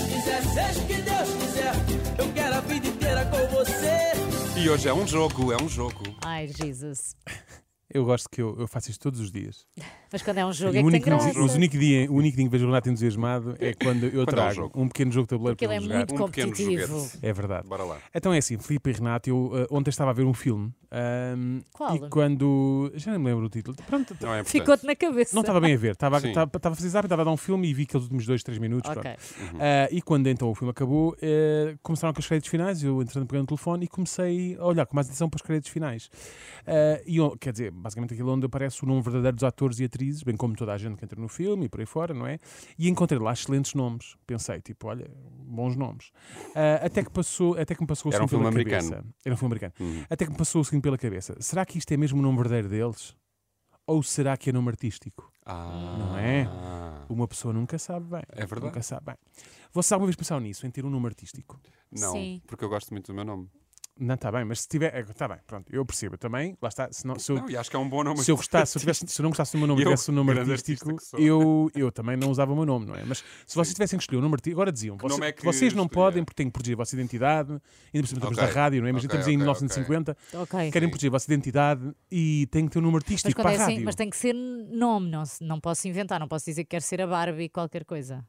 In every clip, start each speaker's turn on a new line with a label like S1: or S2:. S1: Seja o que Deus quiser, eu quero a vida inteira com você.
S2: E hoje é um jogo, é um jogo.
S3: Ai, Jesus.
S4: Eu gosto que eu, eu faço isto todos os dias.
S3: Mas quando é um jogo
S4: E
S3: é
S4: o
S3: que tem
S4: único,
S3: graça.
S4: mas o único dia, o único dia em que vejo o Renato entusiasmado é quando eu
S2: Quando há um
S4: trago
S2: jogo.
S4: um pequeno jogo de tabuleiro
S3: Aquilo
S4: para
S3: é
S4: ele jogar.
S3: muito
S2: Um pequeno
S3: competitivo.
S2: joguete.
S4: É verdade.
S2: Bora lá.
S4: Então é assim, Filipe e Renato, eu ah, ontem estava a ver um filme ahm,
S3: Qual?
S4: e quando. Já nem me lembro o título. Pronto,
S2: Não é importante.
S3: Ficou-te na cabeça.
S4: não estava bem a ver. Estava,
S2: Sim.
S4: estava, estava a fazer zapping, estava a dar um filme e vi aqueles últimos dois, três minutos. pronto.
S3: Ok.
S4: Ah, e quando então o filme acabou, eh, começaram com os créditos finais. Eu entrando pegando o telefone e comecei a olhar com mais atenção para os créditos finais. Ah, e o- quer dizer, basicamente aquilo é onde aparece o nome verdadeiro dos atores e atrizes, bem como toda a gente que entra no filme e por aí fora, não é? E encontrei lá excelentes nomes. Pensei, tipo, olha, bons nomes. Ah, até, que passou, até que me passou o
S2: Era um
S4: seguinte pela
S2: filme americano.
S4: cabeça. Era um filme americano.
S2: Uhum.
S4: Até que me passou o seguinte pela cabeça: será que isto é mesmo o nome verdadeiro deles? Ou será que é nome artístico?
S2: Ah,
S4: Não é? Uma pessoa nunca sabe bem.
S2: É verdade.
S4: Nunca sabe bem. Vocês alguma vez pensaram nisso, em ter um nome artístico?
S2: Não,
S3: Sim.
S2: porque eu gosto muito do meu nome.
S4: Não, está bem, mas se tiver. Está bem, pronto, eu percebo também. Lá está. Se, não, se, eu,
S2: Não, e acho que é um bom nome.
S4: se eu gostasse, se eu, tivesse- se eu não gostasse do meu nome e
S2: Eu,
S4: tivesse um nome
S2: grande
S4: artístico,
S2: artista que sou.
S4: eu, eu também não usava o meu nome, não é? Mas se vocês tivessem que escolher um nome artístico, agora diziam,
S2: nome
S4: "Vocês-
S2: é que
S4: vocês não
S2: escolher?"
S4: podem porque têm que proteger a vossa identidade, ainda por cima estamos
S2: Ok,
S4: da rádio, não é? Mas
S2: ok,
S4: estamos em
S2: ok,
S4: 1950,
S3: Ok.
S4: querem
S2: Sim.
S4: proteger a vossa identidade e têm que ter um nome artístico
S3: Mas, quando
S4: para
S3: é
S4: a
S3: assim,
S4: rádio.
S3: mas tem que ser nome, não, se- não posso inventar, não posso dizer que quero ser a Barbie qualquer coisa.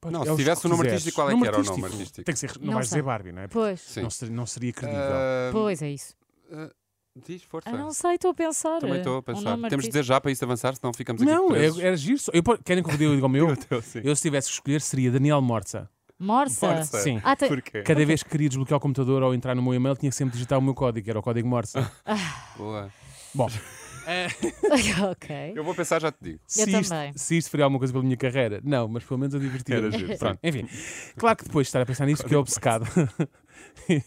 S4: Pois,
S2: Não,
S4: é
S2: se
S4: os que
S2: tivesse um nome
S4: quiseres.
S2: artístico, qual é que era o nome artístico?
S4: Tem que ser, não,
S3: Não
S4: vais
S3: sei.
S4: dizer Barbie, não é?
S3: Pois,
S2: Sim.
S4: Não seria, não seria credível.
S2: Ah,
S3: pois é isso.
S2: ah, diz, força.
S3: Ah, não sei, estou a pensar.
S2: Também estou
S3: Um
S2: a pensar.
S3: nome
S2: Temos de
S3: artístico.
S2: dizer já para isto avançar, senão ficamos aqui
S4: não,
S2: presos.
S4: é- era giro. Só. Eu, po- querem que eu diga o meu?
S2: Eu, sim.
S4: Eu, se tivesse que escolher, seria Daniel Morsa.
S3: Morsa.
S2: Força.
S4: Sim.
S3: Ah, tem-
S2: Porquê?
S4: Cada vez que queria desbloquear o computador ou entrar no meu e-mail, tinha que sempre digitar o meu código, que era o código Morsa.
S2: Boa.
S4: Bom,
S3: ok.
S2: Eu vou pensar, já te digo.
S4: se, isto,
S3: também.
S4: se isto faria alguma coisa pela minha carreira, não, mas pelo menos eu divertia.
S2: Era giro, sim.
S4: Pronto, enfim. Claro que depois de estar a pensar nisso, fiquei obcecado.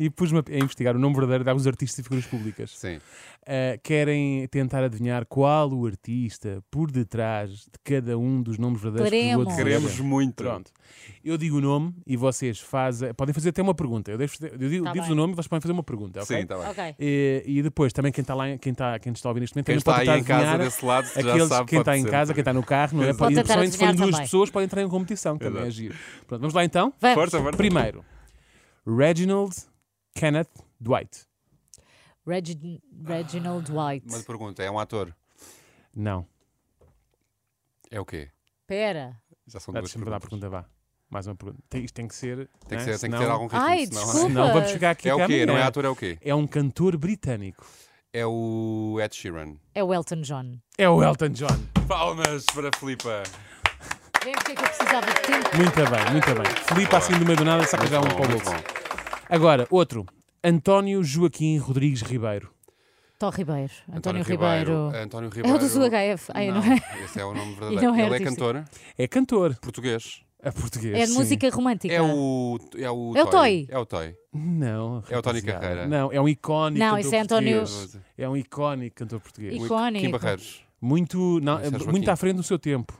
S4: e pus-me a a investigar o nome verdadeiro de alguns artistas e figuras públicas.
S2: Sim.
S4: Uh, querem tentar adivinhar qual o artista por detrás de cada um dos nomes verdadeiros que vos vou dizer.
S3: Queremos.
S2: Queremos muito.
S4: Pronto. tá Eu digo o nome e vocês fazem. Podem fazer até uma pergunta. Eu, deixo- eu digo,
S3: Tá
S4: digo-vos
S3: bem.
S4: o nome e vocês podem fazer uma pergunta, ok?
S2: Sim, tá. está bem.
S3: Ok.
S4: E, e depois também quem está lá, em- quem está, quem está a ouvir neste momento,
S2: Quem
S4: também
S2: está
S4: pode
S2: aí
S4: tentar
S2: em casa
S4: adivinhar
S2: desse lado já
S4: aqueles,
S2: sabe
S4: quem
S2: pode
S4: está em
S2: ser.
S4: casa, quem está no carro, não é?
S2: Exato. Pode
S4: E,
S3: tentar
S4: principalmente, se forem
S3: adivinhar
S4: duas
S3: também.
S4: pessoas, podem entrar em competição, que também é
S2: Exato.
S4: giro. Pronto, vamos lá então.
S3: Vamos.
S2: Força, força.
S4: Primeiro, Reginald Kenneth Dwight.
S3: Regi- Reginald White.
S2: Mas pergunta, é um ator?
S4: Não,
S2: É o quê?
S3: Pera.
S2: Já são
S4: Dá-
S2: duas
S4: deixa-me dar a
S2: perguntas.
S4: pergunta, vá. Mais uma pergunta. Tem- Isto tem que ser.
S2: Tem que ser,
S4: né?
S2: tem que
S4: Senão-
S2: ter algum ritmo.
S3: Ai,
S2: senão-
S3: desculpa.
S4: Senão vamos chegar aqui
S2: É
S4: até
S2: o quê? Não é
S4: amanhã.
S2: ator, é o quê?
S4: É um cantor britânico.
S2: É o Ed Sheeran.
S3: É o Elton John.
S4: É o Elton John.
S2: Palmas para a Filipa.
S3: Vem porque é que eu precisava de tempo.
S4: Muito bem, muito bem. Filipe, assim do meio do nada, saca já um
S2: Bom,
S4: para o
S2: muito
S4: bolso.
S2: bom.
S4: Agora, outro. António Joaquim Rodrigues Ribeiro.
S3: Tó Ribeiro.
S2: António
S3: António, Ribeiro.
S2: António
S3: É
S2: Ribeiro.
S3: o dos UHF. Ai, não é?
S2: Esse é o nome verdadeiro.
S3: não é
S2: Ele é
S3: artista.
S2: cantor
S4: É cantor.
S2: português.
S4: A português.
S3: É de
S4: sim.
S3: música romântica.
S2: É o. É o,
S3: É o Toy.
S2: É o Toy.
S4: Não.
S2: É o Tony
S4: rapaziada.
S2: Carreira.
S4: Não, é um icónico.
S3: Não,
S4: cantor
S3: isso é António-
S4: português. É um icónico cantor português.
S3: Icó-
S2: Kim
S3: Icónico.
S2: Barreiros.
S4: Muito, não,
S2: Esse é Joaquim.
S4: muito à frente do seu tempo.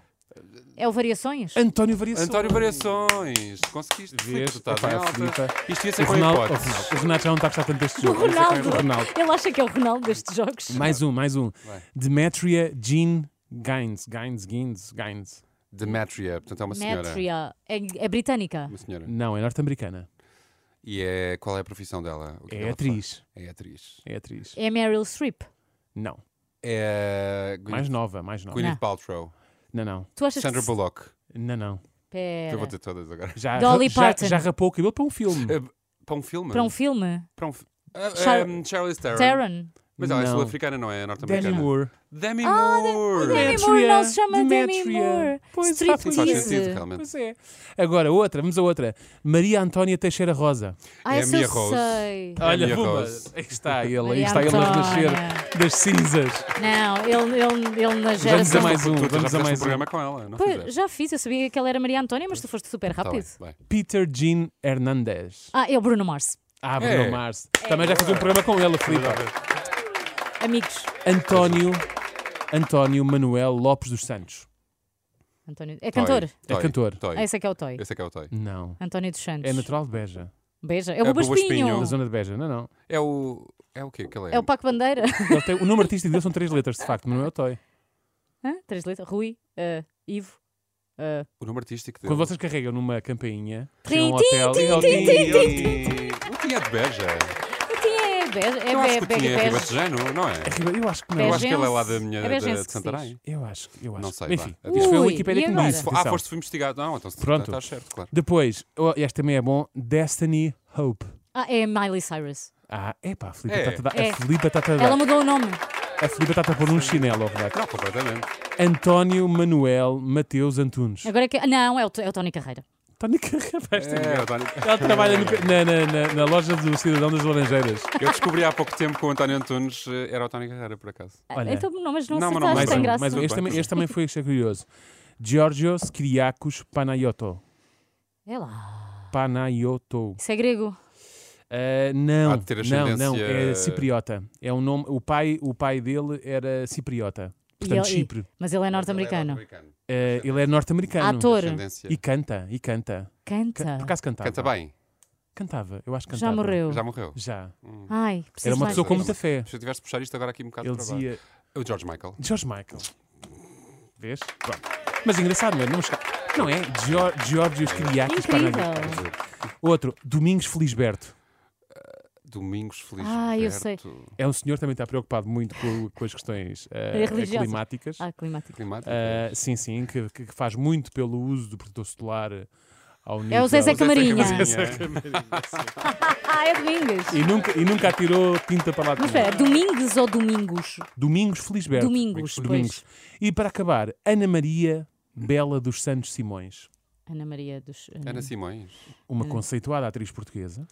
S3: É o Variações?
S4: António Variação.
S2: António Variações. Conseguiste. Filipe,
S4: Vês?
S2: tu estás
S4: Epá,
S2: em
S4: a
S2: alta.
S4: Filipa.
S2: Isto ia
S4: O
S2: ser com a
S4: Ronaldo,
S2: hipótese.
S4: o Renato já não está a gostar tanto deste
S3: O
S4: jogo. Esse é com
S3: Ronaldo.
S4: o Ronaldo.
S3: Ele acha que é o Ronaldo destes jogos?
S4: Mais um, mais um.
S2: Vai.
S4: Demetria Jean Gaines. Gaines, Gaines, Gaines.
S2: Demetria. Portanto, é uma senhora.
S3: Metria. É, é britânica.
S2: Uma senhora.
S4: Não, é norte-americana.
S2: E é, qual é a profissão dela? O que que
S4: É
S2: ela
S4: atriz.
S2: faz? É atriz.
S4: É atriz.
S3: É Meryl Streep.
S4: Não.
S2: É.
S4: Mais nova, mais nova.
S2: Gwyneth
S3: Não.
S2: Paltrow.
S4: Não, não.
S3: Tu achas
S2: Sandra
S3: que.
S2: Bullock.
S4: Não, não.
S3: Pera.
S2: Eu vou ter todas agora.
S4: Já,
S3: Dolly
S4: já,
S3: Parton.
S4: já rapou o cabelo para um filme.
S2: É, Para um filme?
S3: Para um filme?
S2: Para um fi- Ah,
S3: Char-
S2: ehm, Charlize Theron.
S3: Theron.
S2: Mas ela é
S4: Não.
S2: sul-africana, não é?
S4: Demi
S2: Norte-americana.
S4: Moore.
S2: Demi
S3: Ah,
S2: Moore.
S3: Demi Moore não se chama Demi
S4: Demetria.
S3: Moore.
S4: Pois,
S2: Sim, faz
S3: Striptease.
S2: sentido, realmente.
S4: Pois é. Agora, outra, vamos a outra. Maria Antónia Teixeira Rosa.
S3: Ah,
S2: É a
S3: essa
S2: Mia
S3: eu
S2: Rose.
S3: sei.
S2: É a minha Rose.
S4: Aí está ele, aí
S3: Maria
S4: está ele a
S3: Antónia.
S4: renascer das cinzas.
S3: Não, ele, ele, ele na
S4: Vamos a
S3: geração.
S4: mais um,
S2: Tu já
S4: vamos a
S2: fizeste um
S4: mais um.
S2: programa com ela, não
S3: Pois,
S2: fizeste?
S3: já fiz, eu sabia que ela era Maria Antónia, mas tu foste super
S2: Tá bem,
S3: rápido.
S2: vai.
S4: Peter Jean Hernandez.
S3: Ah, é o Bruno Mars.
S4: Ah,
S2: É.
S4: Bruno Mars. Também já fiz um programa com ele, Filipe.
S3: Amigos.
S4: António, António Manuel Lopes dos Santos.
S3: António. É cantor?
S2: Toy,
S4: É cantor.
S2: Toy.
S3: Ah, esse é que é o Toy.
S2: Esse é que é o Toy.
S4: Não.
S3: António dos Santos.
S4: É natural de Beja.
S3: Beija. É o
S2: É o
S3: é
S2: Buba Espinho.
S4: Da zona de Beja. Não, não.
S2: É o. É o quê que ele é?
S3: É o Paco Bandeira.
S4: Ele tem- o nome artístico dele são três letras, de facto, mas não é o Toy.
S3: Hã? Três letras. Rui, eh, Ivo, Ah,
S2: O nome artístico dele.
S4: Quando vocês carregam numa campainha,
S3: Tim,
S4: chegam ao hotel e é o
S3: tim,
S4: tim,
S3: tim, tim,
S2: O que é de Beja?
S3: quem é? Beja- É
S2: Eu acho
S3: Be-
S2: que o Tinha
S3: Be-
S2: é
S3: Beja.
S2: ribastejano, não é?
S4: Riba- Eu acho que não.
S2: Eu
S3: Beja.
S4: Eu acho,
S2: acho que ele é lá
S3: Begense.
S2: da minha
S3: É
S2: da-
S3: Begense
S2: de
S3: que se
S2: Santarém.
S4: eu acho. eu
S2: Não
S4: acho.
S2: sei,
S4: Enfim,
S2: vá, É
S4: foi a
S3: Ui,
S4: Wikipédia
S3: e
S4: que me
S3: agora?
S4: disse.
S2: Ah,
S4: atenção.
S2: foste fui investigado. Não, então se-
S4: é Pronto.
S2: tá- tá certo, claro.
S4: Depois, oh, este também é bom: Destiny Hope.
S3: Ah, é Miley Cyrus.
S4: Ah, epá, a Filipa
S2: É.
S4: está-te a dar.
S3: É.
S4: A Filipa está-te a dar.
S3: Ela é mudou o nome.
S4: A Filipa está-te a pôr um chinelo, ao redor.
S2: Não, completamente.
S4: António Manuel Mateus Antunes.
S3: Agora é que. Não, é o, é o Tony Carreira.
S4: António Carreira, esta
S2: É,
S4: mulher.
S2: António-
S4: Ela trabalha no- na, na- na- na loja do Cidadão das Laranjeiras.
S2: Eu descobri há pouco tempo que o António Antunes eh, era o António Carreira, por acaso.
S4: Olha.
S3: Então, não, mas não,
S2: Não, mas não,
S3: acertaste,
S2: mais
S3: tem
S2: um,
S3: graça.
S4: mais
S2: Tudo
S4: este,
S2: bem,
S4: também,
S2: tudo
S4: este também foi achei curioso. Georgios Kyriakos Panayotou.
S3: É lá.
S4: Panayotou.
S3: Isso é grego.
S4: Ah, não,
S2: Há de ter
S4: não, não, é
S2: ascendência-
S4: cipriota. É um nome, o pai, o pai dele era cipriota.
S3: E
S4: Portanto,
S3: ele-
S4: Chipre.
S3: mas ele é norte-americano.
S4: Ah, ele é norte-americano.
S3: Ator.
S2: Ascendência.
S4: E tá canta, e canta. Ca-
S3: Canta.
S4: Por acaso cantava.
S2: Canta bem.
S4: Cantava, eu acho que
S3: Já
S4: cantava.
S3: morreu.
S2: Já morreu.
S4: Já.
S3: Ai, preciso
S4: Era uma
S3: mais
S4: pessoa com
S3: de-
S4: muita fé.
S2: Se eu tivesse de puxar isto agora aqui um bocado
S4: Ele
S2: para baixo.
S4: dizia
S2: O George Michael.
S4: George Michael. Vês? Pronto. Mas engraçado, não é? Não, me esca- não é? Gior- Georgios Kyriakos Panayotou.
S3: Incrível.
S4: Outro, Domingos Felisberto.
S2: Domingos Feliz.
S3: Ah, eu sei.
S4: É um senhor que também está preocupado muito com, com as questões eh,
S3: É religiosa.
S4: climáticas.
S3: Ah, climático.
S2: Climático.
S4: Eh, sim, sim, que, que faz muito pelo uso do protetor solar eh, ao nível...
S3: É o Zezé Camarinha.
S2: Camarinha.
S3: Ah, é Domingos.
S4: E nunca, e nunca atirou tinta para lá de
S3: Mas
S4: cima.
S3: espera, Domingos ou Domingos?
S4: Domingos Felisberto.
S3: Domingos,
S4: Domingos. E para acabar, Ana Maria Bela dos Santos Simões.
S3: Ana Maria dos. eh,
S2: É. Ana Simões.
S3: Hum.
S4: Uma conceituada atriz portuguesa.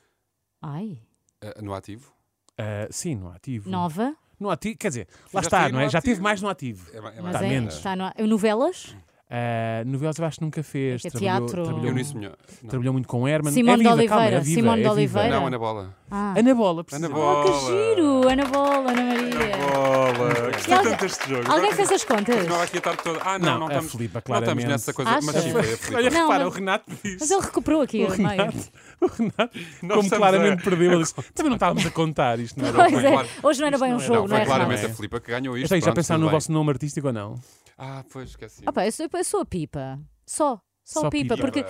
S3: Ai,
S2: eh, no ativo.
S4: Eh, sim, no ativo.
S3: nova.
S4: No ativo, quer dizer, lá
S2: Já
S4: está,
S2: saiu
S4: não
S2: no
S4: é? Já
S2: ativo.
S4: teve mais no ativo.
S2: É, ma- é
S3: Mas
S2: mais-
S3: é,
S4: menos.
S3: está no, novelas.
S4: Uh, novelas eu acho que nunca fez.
S3: É que
S4: trabalhou,
S3: teatro-
S4: Trabalhou,
S2: Eu nisso melhor. Não.
S4: trabalhou muito com Herman.
S3: Simone
S4: é viva,
S3: de Oliveira,
S4: Calma, é viva,
S3: Simone
S4: é
S3: de
S4: viva.
S3: Oliveira.
S2: Não, Ana Bola.
S3: Ah,
S4: Ana Bola, precisa.
S2: Ana
S3: oh,
S2: Bola.
S3: que giro! Ana Bola, Ana Maria.
S2: Bola. Gostei
S3: alguém-
S2: tanto deste jogo.
S3: Alguém fez as contas?
S2: Não, aqui a tarde toda. Ah,
S4: Não,
S2: não, não,
S4: a
S2: estamos.
S4: Filipa,
S2: não estamos
S4: claramente.
S2: nessa coisa.
S3: Achas?
S2: Mas tipo, é sim, foi a Filipa.
S4: Olha,
S3: Não,
S4: repara,
S3: mas-
S4: o Renato diz.
S3: Mas ele recuperou aqui,
S4: O
S3: a meio.
S4: Renato, o Renato
S2: Nós
S4: como
S2: estamos
S4: claramente
S2: a-
S4: perdeu, ele disse, também não estávamos a contar isto, não era?
S3: Pois
S2: foi claro.
S3: é, hoje não era bem um
S4: não era-
S3: jogo,
S2: Não,
S3: não, é
S2: foi claramente
S3: Renato?
S2: a Filipa que ganhou
S4: Eu
S2: isto.
S4: tenho já
S2: pronto,
S4: pensar
S2: tudo
S4: no
S2: bem.
S4: vosso nome artístico ou não?
S2: Ah, pois, esqueci.
S3: Opa, eu, sou, eu sou a pipa. Só. Só,
S4: Só
S3: a pipa,
S4: pipa.
S3: porque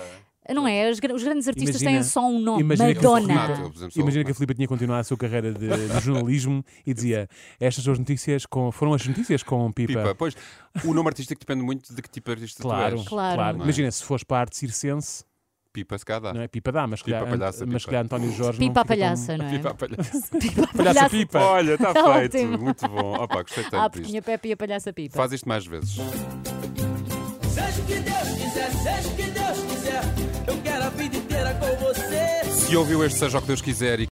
S3: não é? Os, gra- os grandes artistas
S4: Imagina-
S3: têm só um nome.
S4: imagina que um o
S2: Renato, eu,
S3: Madonna.
S2: por exemplo, sou-
S4: Imagina que a Filipa tinha continuado a sua carreira de, de jornalismo e dizia estas duas notícias com- foram as notícias com Pipa.
S2: Pipa. Pois, o nome artístico depende muito de que tipo de artista tu
S4: Claro,
S2: és.
S3: Claro.
S4: claro.
S2: Não é?
S4: Imagina se fores para a arte circense,
S2: Pipa se calhar dá.
S4: não é? Pipa dá, mas se
S2: Pipa
S4: calhar
S2: palhaça,
S4: mas se
S2: pipa.
S4: calhar António Jorge. não
S3: Pipa à
S4: fica tão-
S3: palhaça, não é?
S2: Pipa, palhaça.
S3: Pipa à
S4: um Palhaça Pipa.
S2: Olha, está
S3: Tá
S2: feito.
S3: ótimo.
S2: Muito bom. Opa, gostei
S3: Ah,
S2: tanto
S3: porque
S2: disto.
S3: tinha Pepe e a palhaça Pipa.
S2: Faz isto mais vezes.
S1: Seja o que Deus quiser, seja o que Deus quiser, eu quero a vida inteira com você.
S2: Se ouviu este Seja o que Deus quiser e